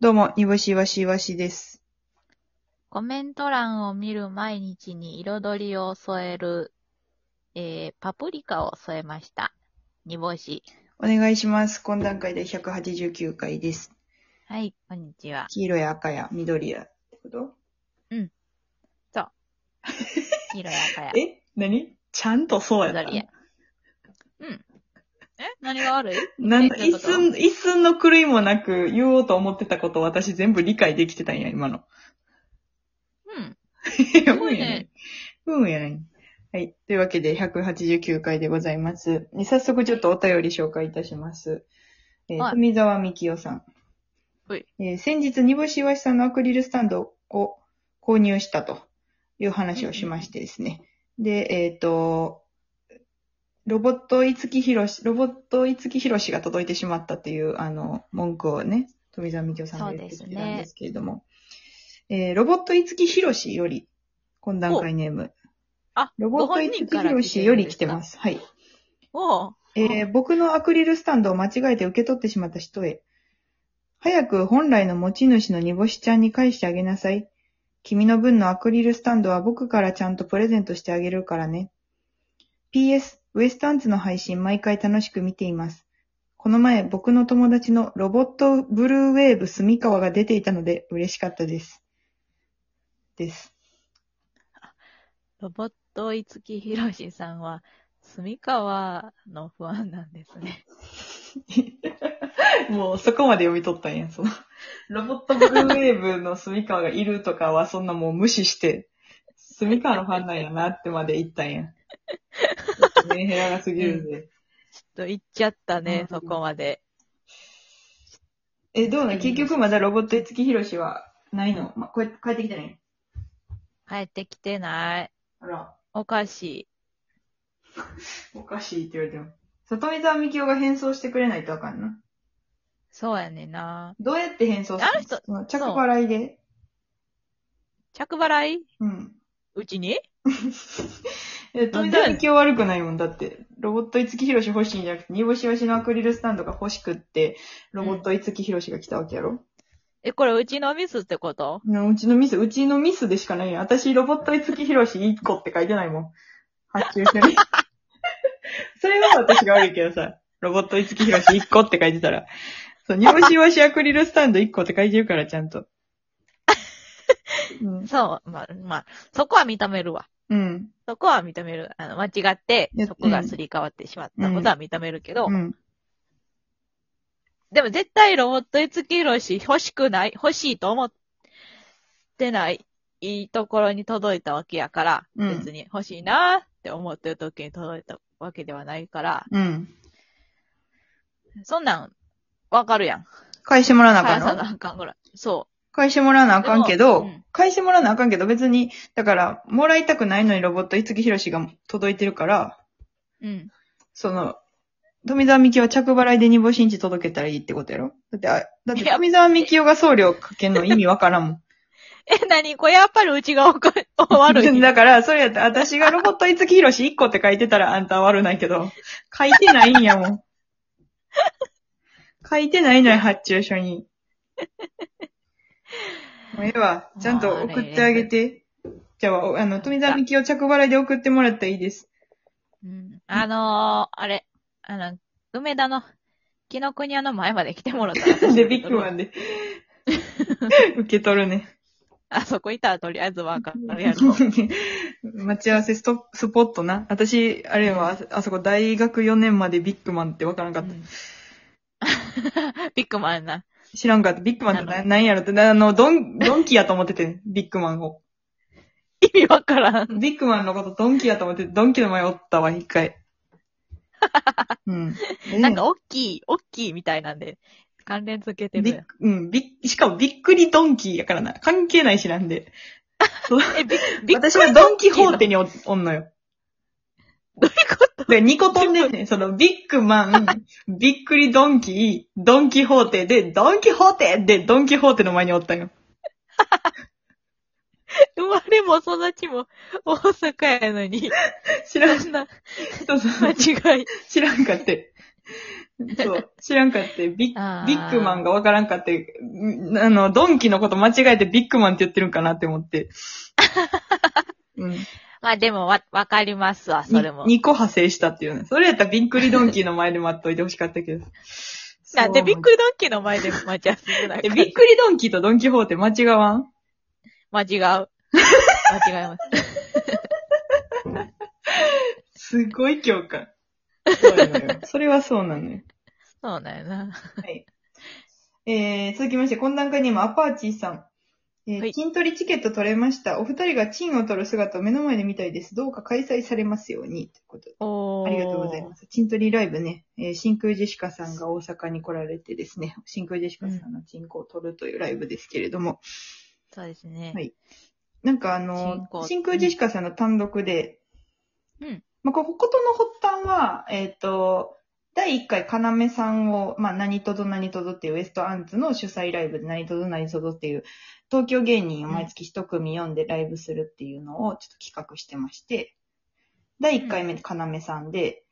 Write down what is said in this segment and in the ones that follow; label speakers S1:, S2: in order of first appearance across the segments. S1: どうも、煮干しわしわしです。
S2: コメント欄を見る毎日に彩りを添える、えー、パプリカを添えました。煮干し。
S1: お願いします。懇談会で189回です。
S2: はい、こんにちは。
S1: 黄色や赤や緑やってこと
S2: 黄色や赤や。
S1: え何ちゃんとそうやった
S2: 緑や。うん。え何が悪い
S1: なんだ
S2: えどういう
S1: 一
S2: こと
S1: 寸、一寸の狂いもなく言おうと思ってたこと私全部理解できてたんや、今の。
S2: うん。
S1: す
S2: ごいね。
S1: うんやねん。はい。というわけで、189回でございます。で早速ちょっとお便り紹介いたします。えー
S2: はい
S1: 富澤美樹代さん。
S2: ほい
S1: えー先日、煮干しわしさんのアクリルスタンドを購入したという話をしましてですね。で、えっ、と、ロボット五木ひろし、ロボット五木ひろしが届いてしまったという、あの、文句をね、富澤美樹代さんが言ってきてたんですけれども、えーロボット五木ひろしより、懇談会ネーム、
S2: あ、
S1: ロボット
S2: ご本
S1: 五
S2: 人
S1: 木
S2: か
S1: ひ
S2: ら
S1: ろしより来て
S2: す
S1: ます。はい。
S2: か。おう。
S1: えー僕のアクリルスタンドを間違えて受け取ってしまった人へ。早く本来の持ち主の煮干しちゃんに返してあげなさい。君の分のアクリルスタンドは僕からちゃんとプレゼントしてあげるからね。PS、ウエスタンツの配信毎回楽しく見ています。この前僕の友達のロボットブルーウェーブ住川が出ていたので嬉しかったです。です。
S2: ロボット五木ひろしさんは、住川の不安なんですね。
S1: もうそこまで読み取ったんや、その。ロボットブルーウェーブの住川がいるとかはそんなもう無視して、住川のファンなんやなってまで言ったんや。メンヘラが過ぎるぜ。
S2: ちょっと言っちゃったね、
S1: うん
S2: そこまで。
S1: え、どうなの結局まだロボット五木ひろしはないのま、こうやって帰ってきてない
S2: 帰ってきてない。
S1: あら、
S2: おかし
S1: おかしいって言われても。里見沢みきおが変装してくれないとあかんな。
S2: い。そうやねんな。
S1: どうやって変装する
S2: あの人
S1: その着払いで。
S2: 着払い
S1: うん。
S2: うちに
S1: え、富澤に気悪くないもん。だって、ロボット五木ひろし欲しいんじゃなくて、煮干しわしのアクリルスタンドが欲しくって、ロボット五木ひろしが来たわけやろ、
S2: え、これうちのミスってこと
S1: なうちのミス、うちのミスでしかないやん。私、ロボット五木ひろし1個って書いてないもん。発注してね。 それは私が悪いけどさ、ロボット五木ひろし1個って書いてたら、そう、煮干しわしアクリルスタンド1個って書いてるから、ちゃんと。うん。
S2: そう、まあ、まあ、そこは認めるわ。
S1: うん。
S2: そこは認める。あの、間違って
S1: いや、
S2: そこがすり替わってしまったことは認めるけど、
S1: うん。
S2: でも絶対ロボット付きろし欲しくない、欲しいと思ってない、いいところに届いたわけやから、
S1: うん
S2: 別に欲しいなって思ってる時に届いたわけではないから、
S1: うん。
S2: そんなん、わかるやん。
S1: 返してもらわなあかん
S2: 返
S1: の
S2: さなあかんぐらい。そ
S1: 返してもらわなあかんけど、
S2: でもうん
S1: 返してもらわなあかんけど、別に、だから、もらいたくないのにロボット五木ひろしが届いてるから、
S2: う。うん。
S1: その、富澤美樹は着払いで煮干しんち届けたらいいってことやろだって、あだって
S2: いや
S1: 富澤美樹が送料かけんの意味わからんもん。
S2: え、なにこれやっぱりうちがおこ 悪い。
S1: だから、それやったら、私がロボット五木ひろし1個って書いてたらあんたは悪ないけど、書いてないんやも ん。書いてないのよ、発注書に。もうええわ。ちゃんと送ってあげて。じゃあ、あの、富澤美樹を着払いで送ってもらったらいいです。
S2: うん。あのー、あれ、あの、梅田の、紀ノ国屋の前まで来てもらったら。
S1: で、ビッグマン で。受け取るね。
S2: あそこいたらとりあえずわかるやろ。
S1: 待ち合わせストスポットな。私、あれは、あそこ大学4年までビッグマンってわからんか
S2: う
S1: った。
S2: ん ビッグマンな。
S1: 知らんかった。ビッグマンって
S2: な
S1: な何やろって、なあの、ドン、ドンキやと思ってて、 ビッグマンを。
S2: 意味わからん。
S1: ビッグマンのことドンキやと思ってて、ドンキの前おったわ、一回。 うん。
S2: なんか、大きい、大きいみたいなんで、関連付けて
S1: ビッ
S2: るやん。
S1: うん、ビッ、しかもびっくりドンキーやからな。関係ないしなんで。
S2: え、ビッ、ビッグ
S1: 私はドンキホーテにおおんのよ。
S2: どういうこと
S1: で、2個飛んでんねん。その、ビッグマ ン、びっくりドンキー、ドンキホーテで、ドンキホーテで、ドンキホーテの前におったんよ。
S2: 生まれも育ちも大阪やのに、
S1: 知 らん、
S2: そんな
S1: そうそう
S2: 間 違い。
S1: 知らんかって。そう、知らんかって、ビッ、
S2: あー
S1: ビッグマンがわからんかって、んあの、ドンキのこと間違えてビッグマンって言ってるんかなって思って。 うん。
S2: まあでもわ、わかりますわ、それも。
S1: 2個派生したっていうね。それやったらびっくりドンキーの前で待っといてほしかったけど。
S2: なんでびっ
S1: り
S2: くりドンキーの前で待ち合わせない
S1: え、びっくりドンキーとドンキホーテ間違わん
S2: 間違う。間違います。
S1: すごい共感。 そうなのよそれはそうなのよ。
S2: そうだよな。
S1: はい。えー、続きまして、懇談会にもアパーチーさん。えー
S2: はい
S1: 筋トレチケット取れました。お二人がチンを取る姿を目の前で見たいです。どうか開催されますように。ということで
S2: おー。。
S1: ありがとうございますす。チントリライブね、えー真空ジェシカさんが大阪に来られてですね、真空ジェシカさんのチンコを取るというライブですけれども、
S2: そうですね。
S1: はいなんかあ
S2: チン
S1: の
S2: コ、
S1: 真空ジェシカさんの単独で、
S2: うん
S1: まあ、こことの発端は、えっ、と、第1回、かなめさんを、まあ、何とぞ何とぞっていう、ウエストアンツの主催ライブで何とぞ何とぞっていう、東京芸人を毎月一組読んでライブするっていうのをちょっと企画してまして、第1回目でかなめさんで、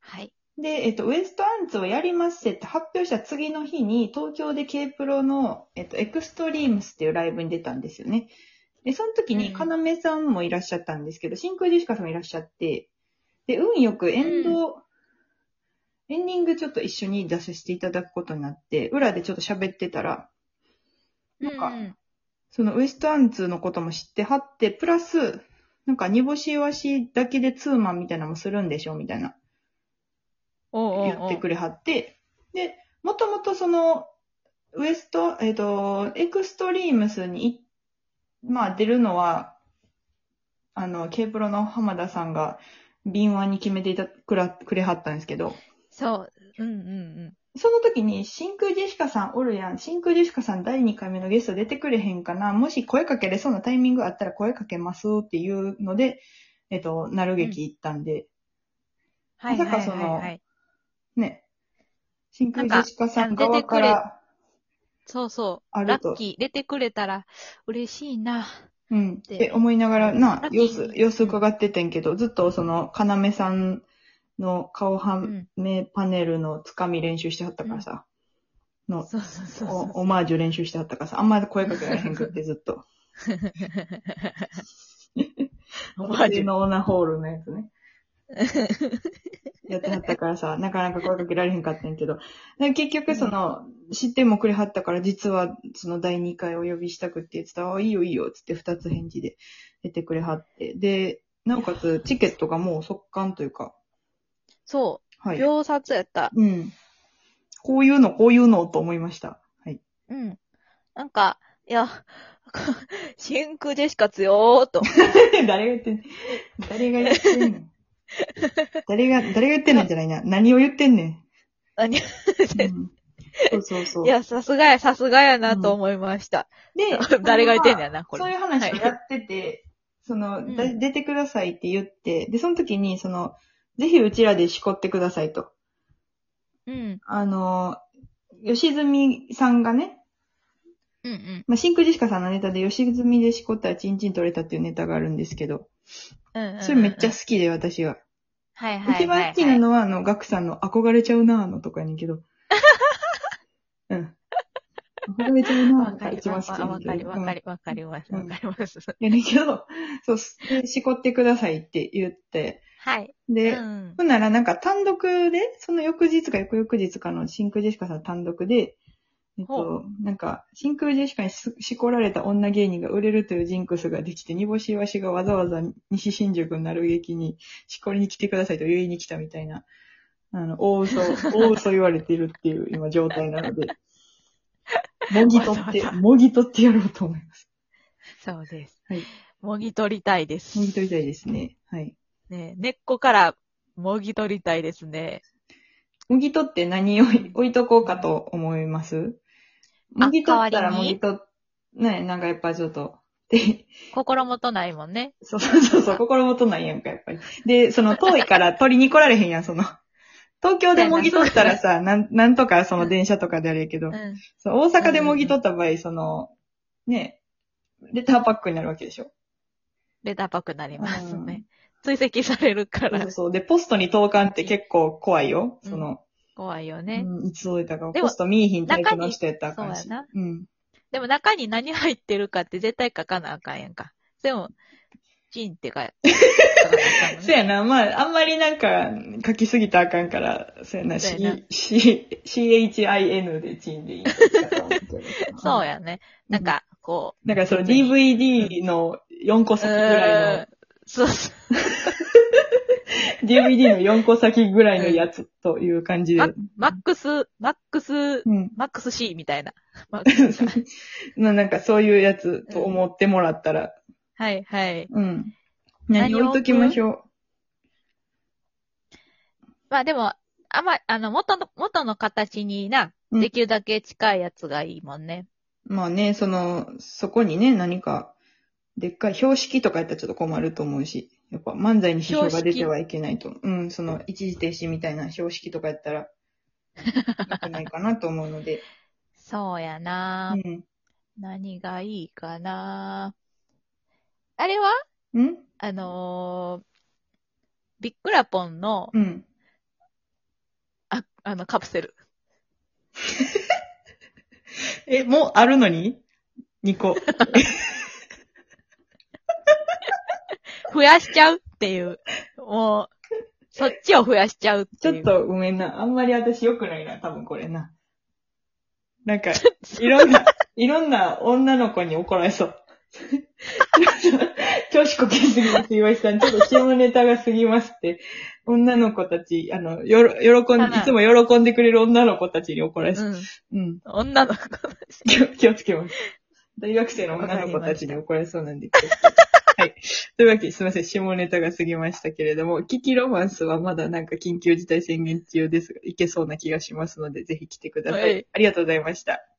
S2: はい。
S1: で、えっと、ウエストアンツをやりますって発表した次の日に、東京で K プロの、えっと、エクストリームスっていうライブに出たんですよね。で、その時
S2: う
S1: に、
S2: ん
S1: かなめさんもいらっしゃったんですけど、真空ジェシカさんもいらっしゃって、で、運よくエンド、エンディングちょっと一緒に出させていただくことになって、裏でちょっと喋ってたら、なんか
S2: うん
S1: そのウエストアンツのことも知ってはって、プラス、なんか煮干しイワシだけでツーマンみたいなのもするんでしょみたいな。
S2: おうおう
S1: 言
S2: お
S1: ってく
S2: れ。
S1: れはって、で、もともとその、ウエスト、えっ、と、エクストリームスにい、まあ出るのは、あの、K プロの浜田さんが、敏腕に決めていたくら、くれはったんですけど、
S2: そう。うんうん
S1: その時に、真空ジェシカさんおるやん。真空ジェシカさん第2回目のゲスト出てくれへんかな。もし声かけれそうなタイミングあったら声かけますっていうので、えっ、と、なる劇行ったんで、
S2: はい
S1: ま
S2: は
S1: さか
S2: いはい
S1: その
S2: はい。
S1: ね。真空ジェシカさん
S2: なんか
S1: 側から、
S2: そうそう。
S1: あ
S2: ラ
S1: ると
S2: ッキー、出てくれたら嬉しいな。
S1: うん。っ
S2: で
S1: て思いながら、な
S2: ラ、ッキー
S1: 様子、様子伺っててんけど、ずっとその、かなめさんの顔
S2: う
S1: は
S2: ん。
S1: めパネルのつかみ練習してはったからさ、の、
S2: そうそうそうそう。
S1: おオマージュ練習してはったからさ、あんまり声かけられへんくってずっと。
S2: オマー
S1: 普
S2: ジ
S1: 通
S2: ュ
S1: のオナホールのや つね。やってはったからさ、なかなか声かけられへんかったんやけど、で結局その、知ってもくれはったから、実はその第2回お呼びしたくって言ってたら、あいいよいいよっつって2つ返事で出てくれはって、で、なおかつチケットがもう速乾というか、
S2: そ
S1: は
S2: う。
S1: い。
S2: 秒殺やった。
S1: うん。こういうの、こういうのと思いました。はい。
S2: うん。なんか、いや、真空ジェシカ強ーと。
S1: 誰が言ってん、誰が言ってんの誰が、誰が言ってんのじゃないな。何を言ってんねん。
S2: 何い
S1: うんそうそうそう。
S2: や、さすがや、さすがやなと思いました。
S1: で
S2: 誰が言ってんだよな、これ。
S1: そういう話を
S2: は
S1: やってて、その、
S2: ん
S1: だ出てくださいって言って、で、その時に、その、ぜひうちらでしこってくださいと。
S2: うん。
S1: あの、吉住さんがね、
S2: うんうん。
S1: まあ、真空ジェシカさんのネタで、吉住でしこったらチンチン取れたっていうネタがあるんですけど、
S2: うんうん。
S1: それめっちゃ好、きで、私が。
S2: はいはいはい、はい。
S1: 一番好きなのは、あの、ガクさんの憧れちゃうなぁのとかにけ ど。うん。憧れちゃうなぁ
S2: わ
S1: の
S2: か
S1: が
S2: り
S1: 一番好きな
S2: わ
S1: ん
S2: か
S1: だけ
S2: り
S1: ど。
S2: わかりわかります。わかります。
S1: うんいやだけど、そう、でしこってくださいって言って、
S2: はい。
S1: で、
S2: うん。
S1: ほんならなんか単独で、その翌日か翌々日かの真空ジェシカさん単独で、えっ
S2: ほ
S1: と、なんか、真空ジェシカにすしこられた女芸人が売れるというジンクスができて、煮干しイワシがわざわざ西新宿のなる劇にしこりに来てくださいと言いに来たみたいな、あの、大 嘘、大嘘言われてるっていう今状態なので、もぎ取って
S2: わざわ、ざ
S1: もぎ取ってやろうと思います。
S2: そうです。
S1: はい。
S2: もぎ取りたいです
S1: も。ぎ取りたいですね。はい。
S2: ね、根っこからもぎ取りたいですね。
S1: もぎ取って何を置いと こうかと思います
S2: あ
S1: もぎ取ったら
S2: 代わ
S1: も
S2: りに
S1: ぎ取っ、ね、なんかやっぱちょっと、で、
S2: 心もとないもんね。
S1: そうそうそうそう、心もとないやんか、やっぱり。で、その遠いから取りに来られへんやん、その。東京でもぎ取ったらさ、なん、なんとかその電車とかであれやけど
S2: う、ん。
S1: そう大阪でもぎ取った場合、その、ね、レターパックになるわけでしょ。
S2: レターパックになります
S1: うん
S2: ね。追跡されるか
S1: そう
S2: ら
S1: そう。そう。で、ポストに投函って結構怖いよ。その、
S2: 怖いよね。
S1: うん、いつ添えたか。
S2: でも
S1: ポスト見いひんタイプの人やったらあかんし。
S2: 中に
S1: うん。
S2: でも中に何入ってるかって絶対書かなあかんやんか。でも、チンって書かなあかんも ん
S1: そ
S2: ね。
S1: やな、まあ、あんまりなんか、書きすぎたらあかんから、そやな、
S2: そ
S1: C
S2: うやな、
S1: C、CHIN でチンでいいんだと思うけど。
S2: そうやね。なんか、こ
S1: なんかその
S2: 別に
S1: DVD の4個
S2: う、う
S1: 先ぐらい
S2: ーんそうそう。
S1: の、DVD の4個先ぐらいのやつという感じで。
S2: マックス、マックス、
S1: うん。
S2: マックス C みた いな。マックス C
S1: ななんかそういうやつと思ってもらったら、
S2: はいはい。
S1: うん。
S2: 何
S1: 何
S2: を
S1: 置い
S2: 置く
S1: ときましょう。
S2: まあでも、あんま、あの、元の、元の形にな、
S1: うん
S2: できるだけ近いやつがいいもんね。
S1: まあね、その、そこにね、何か、でっかい標識とかやったらちょっと困ると思うし、やっぱ漫才に支障が出てはいけないと。うん、その、一時停止みたいな標識とかやったら、良くないかなと思うので。
S2: そうやな、
S1: うん。
S2: 何がいいかなあれは
S1: うん
S2: あのービックラポンの、
S1: うん。
S2: あ、あの、カプセル。
S1: え、もうあるのに ?2 個。
S2: 増やしちゃうっていう。もう、そっちを増やしちゃうって
S1: ち
S2: い
S1: ょっ
S2: う。
S1: とごめんな。あんまり私良くないな、多分これな。なんか、いろんな、いろんな女の子に怒られそう。 調子こきすぎます、岩井さん。ちょっと下ネタがすぎますって。女の子たち、あの、よろ、喜ん
S2: あ
S1: で、
S2: ら
S1: いつも喜んでくれる女の子たちに怒られそうう。
S2: ん。
S1: うん。
S2: 女の子だし。
S1: 気を気をつけます。大学生の女の子たちに怒られそうなんで気をつけて。はい。というわけで、すみません。下ネタが過ぎましたけれども、キキロマンスはまだなんか緊急事態宣言中ですが、いけそうな気がしますので、ぜひ来てくださ
S2: はい
S1: い、ありがとうございました。